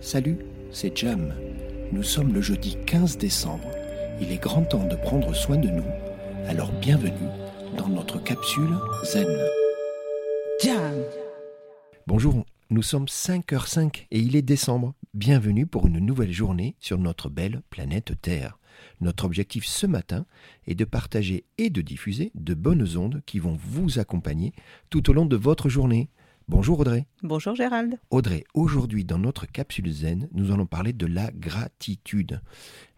Salut, c'est Jam. Nous sommes le jeudi 15 décembre. Il est grand temps de prendre soin de nous. Alors bienvenue dans notre capsule Zen. Jam. Bonjour, nous sommes 5h05 et il est décembre. Bienvenue pour une nouvelle journée sur notre belle planète Terre. Notre objectif ce matin est de partager et de diffuser de bonnes ondes qui vont vous accompagner tout au long de votre journée. Bonjour Audrey. Bonjour Gérald. Audrey, aujourd'hui dans notre capsule zen, nous allons parler de la gratitude.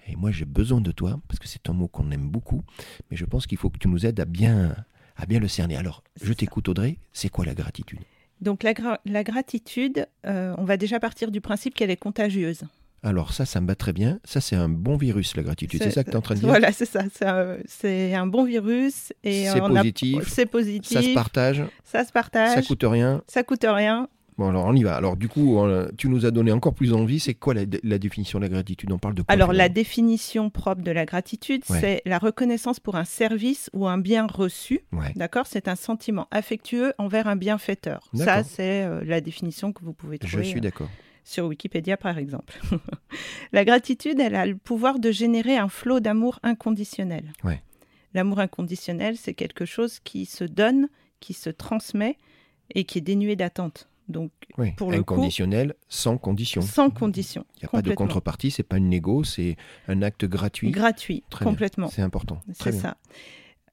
Et moi j'ai besoin de toi, parce que c'est un mot qu'on aime beaucoup, mais je pense qu'il faut que tu nous aides à bien, à bien le cerner. Alors, je t'écoute Audrey, c'est quoi la gratitude Donc la, gra- la gratitude, euh, on va déjà partir du principe qu'elle est contagieuse. Alors ça, ça me bat très bien, ça c'est un bon virus la gratitude, c'est ça que tu es en train de dire Voilà, c'est ça. C'est un, c'est un bon virus. et C'est on a- positif, C'est positif. Ça se partage, ça se ça partage. coûte rien. ça coûte rien. Bon alors on y va. Alors du coup, on- tu nous as donné encore plus envie, c'est quoi la, la définition de la gratitude On parle de quoi Alors la finalement définition propre de la gratitude, Ouais. c'est la reconnaissance pour un service ou un bien reçu. Ouais. D'accord C'est un sentiment affectueux envers un bienfaiteur. Ça, D'accord. c'est euh, la définition que vous pouvez Je trouver. suis euh, d'accord. sur Wikipédia par exemple. la gratitude, elle a le pouvoir de générer un flot d'amour inconditionnel. Ouais. L'amour inconditionnel, c'est quelque chose qui se donne, qui se transmet et qui est dénué d'attente. Donc Oui, Pour le coup- inconditionnel, sans condition. sans condition, Il n'y a pas de complètement. contrepartie, c'est pas une négo, c'est un acte gratuit. gratuit, Très bien. complètement. C'est important. Très C'est bien. ça.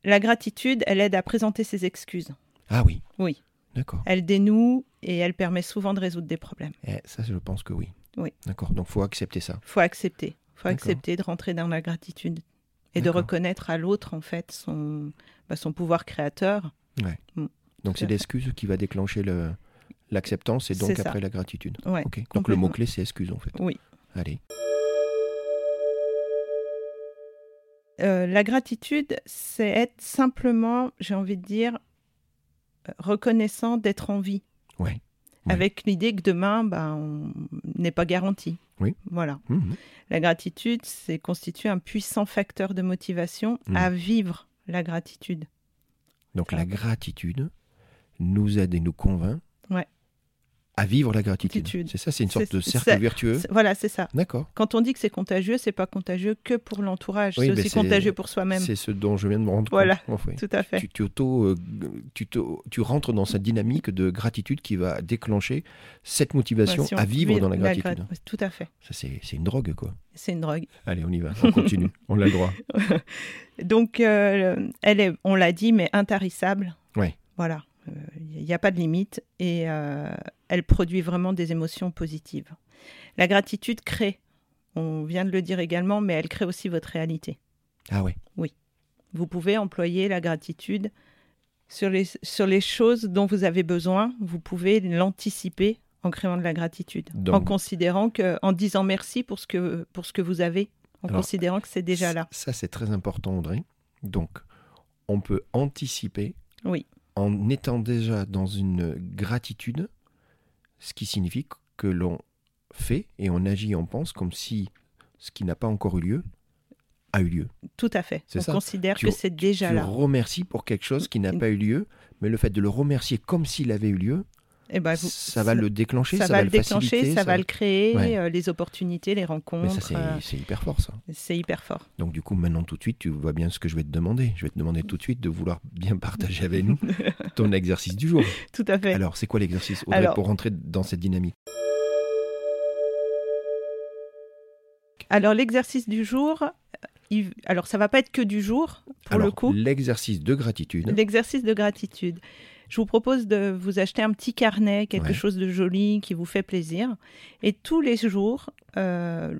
La gratitude, elle aide à présenter ses excuses. Ah oui. Oui. D'accord. Elle dénoue et elle permet souvent de résoudre des problèmes. Eh, ça, je pense que oui. Oui. D'accord. Donc, faut accepter ça. Faut accepter, faut D'accord. accepter de rentrer dans la gratitude et de D'accord. reconnaître à l'autre en fait son bah, son pouvoir créateur. Donc, Tout c'est à fait. l'excuse qui va déclencher le l'acceptance et donc C'est ça. après la gratitude. Ouais, Ok. Donc, le complètement. mot clé, c'est excuse en fait. Oui. Allez. Euh, la gratitude, c'est être simplement, j'ai envie de dire, euh, reconnaissant d'être en vie, Ouais. Oui. avec l'idée que demain, bah, on n'est pas garanti. Oui. Voilà. Mhm. La gratitude, c'est constituer un puissant facteur de motivation Mm. à vivre la gratitude. Donc, Ça. la gratitude nous aide et nous convainc. Ouais. À vivre la gratitude. Gratitude. C'est ça. C'est une sorte C'est- de cercle c'est- vertueux. C'est- Voilà, c'est ça. D'accord. Quand on dit que c'est contagieux, c'est pas contagieux que pour l'entourage, Oui, c'est mais aussi c'est- contagieux pour soi-même. C'est ce dont je viens de me rendre Voilà. compte. Voilà. Tout à fait. tu, tu, auto, euh, tu, t'au- tu rentres dans cette dynamique de gratitude qui va déclencher cette motivation Passion, à vivre dans la gratitude. gra- Tout à fait. Ça, c'est, c'est une drogue, quoi. C'est une drogue. Allez, on y va, on continue, on a le droit. Donc, euh, elle est, on l'a dit, mais intarissable. Ouais. Voilà. Il n'y a pas de limite et euh, elle produit vraiment des émotions positives. La gratitude crée. On vient de le dire également, mais elle crée aussi votre réalité. Ah ouais, Vous pouvez employer la gratitude sur les, sur les choses dont vous avez besoin. Vous pouvez l'anticiper en créant de la gratitude, Donc- en considérant que, en disant merci pour ce que, pour ce que vous avez, en Alors, considérant que c'est déjà là. Ça, c'est très important, Audrey. Donc, on peut anticiper Oui. en étant déjà dans une gratitude, ce qui signifie que l'on fait et on agit, on pense comme si ce qui n'a pas encore eu lieu a eu lieu. Tout à fait. C'est On ça. considère Tu- que c'est déjà tu là. remercies pour quelque chose qui n'a Une- pas eu lieu, mais le fait de le remercier comme s'il avait eu lieu, Eh ben, vous- ça va le déclencher, ça, ça va le déclencher, faciliter, ça, va le créer, Ouais. euh, les opportunités, les Mais rencontres. ça, c'est, euh, c'est hyper fort, ça. c'est hyper fort. Donc, du coup, maintenant, tout de suite, tu vois bien ce que je vais te demander. Je vais te demander tout de suite de vouloir bien partager avec nous ton exercice du jour. Tout à fait. Alors, c'est quoi l'exercice, Audrey, Alors- pour rentrer dans cette dynamique Alors l'exercice du jour, euh, il- alors ça va pas être que du jour pour Alors, le coup. l'exercice de gratitude. L'exercice de gratitude. Je vous propose de vous acheter un petit carnet, quelque Ouais. chose de joli qui vous fait plaisir. Et tous les jours, euh,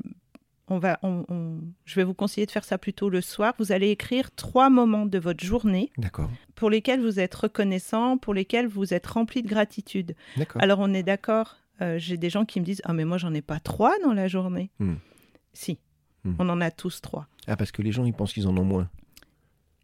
on va, on- on- je vais vous conseiller de faire ça plutôt le soir. Vous allez écrire trois moments de votre journée D'accord, pour lesquels vous êtes reconnaissant, pour lesquels vous êtes rempli de gratitude. d'accord. Alors on est d'accord, euh, j'ai des gens qui me disent Ah, mais moi j'en ai pas trois dans la journée. Hmm. Si, Hmm. on en a tous trois. Ah, parce que les gens, ils pensent qu'ils en ont moins.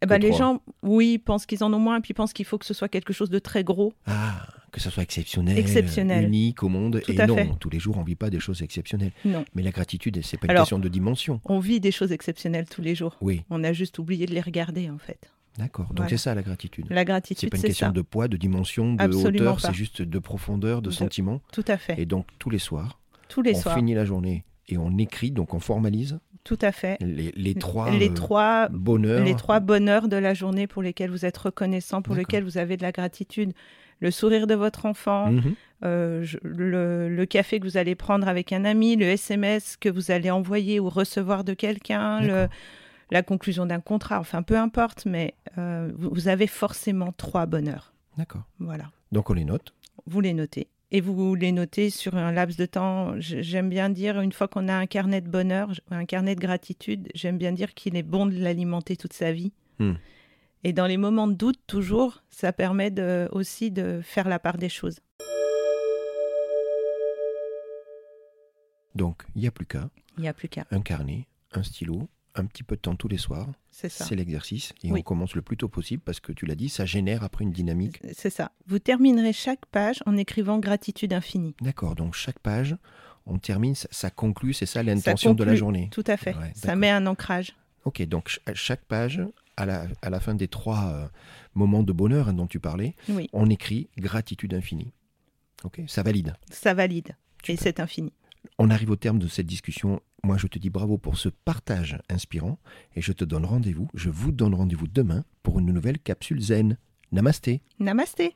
Eh ben, Que les trois. gens, oui, pensent qu'ils en ont moins, puis pensent qu'il faut que ce soit quelque chose de très gros. Ah, que ça soit exceptionnel, Exceptionnel. unique au monde. Tout et à non, fait. tous les jours, on vit pas des choses exceptionnelles. Non, Mais la gratitude, c'est pas une Alors- question de dimension. on vit des choses exceptionnelles tous les jours. Oui, On a juste oublié de les regarder, en fait. d'accord. Donc, Voilà. c'est ça la gratitude. La C'est gratitude, pas une c'est question ça. de poids, de dimension, de Absolument hauteur, pas. c'est juste de profondeur, de, De- sentiment. Tout à fait. Et donc tous les soirs, tous les on soirs. finit la journée et on écrit, donc on formalise Tout à fait. les, les trois, les euh, trois bonheurs. les trois bonheurs de la journée pour lesquels vous êtes reconnaissant, pour D'accord. lesquels vous avez de la gratitude. Le sourire de votre enfant, Mhm. euh, je- le, le café que vous allez prendre avec un ami, le SMS que vous allez envoyer ou recevoir de quelqu'un, le- D'accord. la conclusion d'un contrat, enfin peu importe, mais euh, vous, vous avez forcément trois bonheurs. D'accord. Voilà, Donc on les note. vous les notez. Et vous les notez sur un laps de temps, j- j'aime bien dire, une fois qu'on a un carnet de bonheur, j- un carnet de gratitude, j'aime bien dire qu'il est bon de l'alimenter toute sa vie. Hmm. Et dans les moments de doute, toujours, ça permet de- aussi de faire la part des choses. Donc il n'y a plus qu'à Il n'y a plus qu'à, un carnet, un stylo, un petit peu de temps tous les soirs. c'est ça. C'est l'exercice et Oui. on commence le plus tôt possible parce que tu l'as dit, ça génère après une dynamique. C'est ça. Vous terminerez chaque page en écrivant gratitude infinie. D'accord, donc chaque page, on termine, ça, ça conclut, c'est ça Ça l'intention de conclut. la journée. Tout à fait. Ouais, ça d'accord. met un ancrage. Ok, donc ch- à chaque page, à la, à la fin des trois euh, moments de bonheur hein, dont tu parlais, Oui, on écrit gratitude infinie. Ok, ça valide. ça valide. Et Super. c'est infini. On arrive au terme de cette discussion. Moi, je te dis bravo pour ce partage inspirant et je te donne rendez-vous, je vous donne rendez-vous demain pour une nouvelle capsule zen. Namasté. Namasté.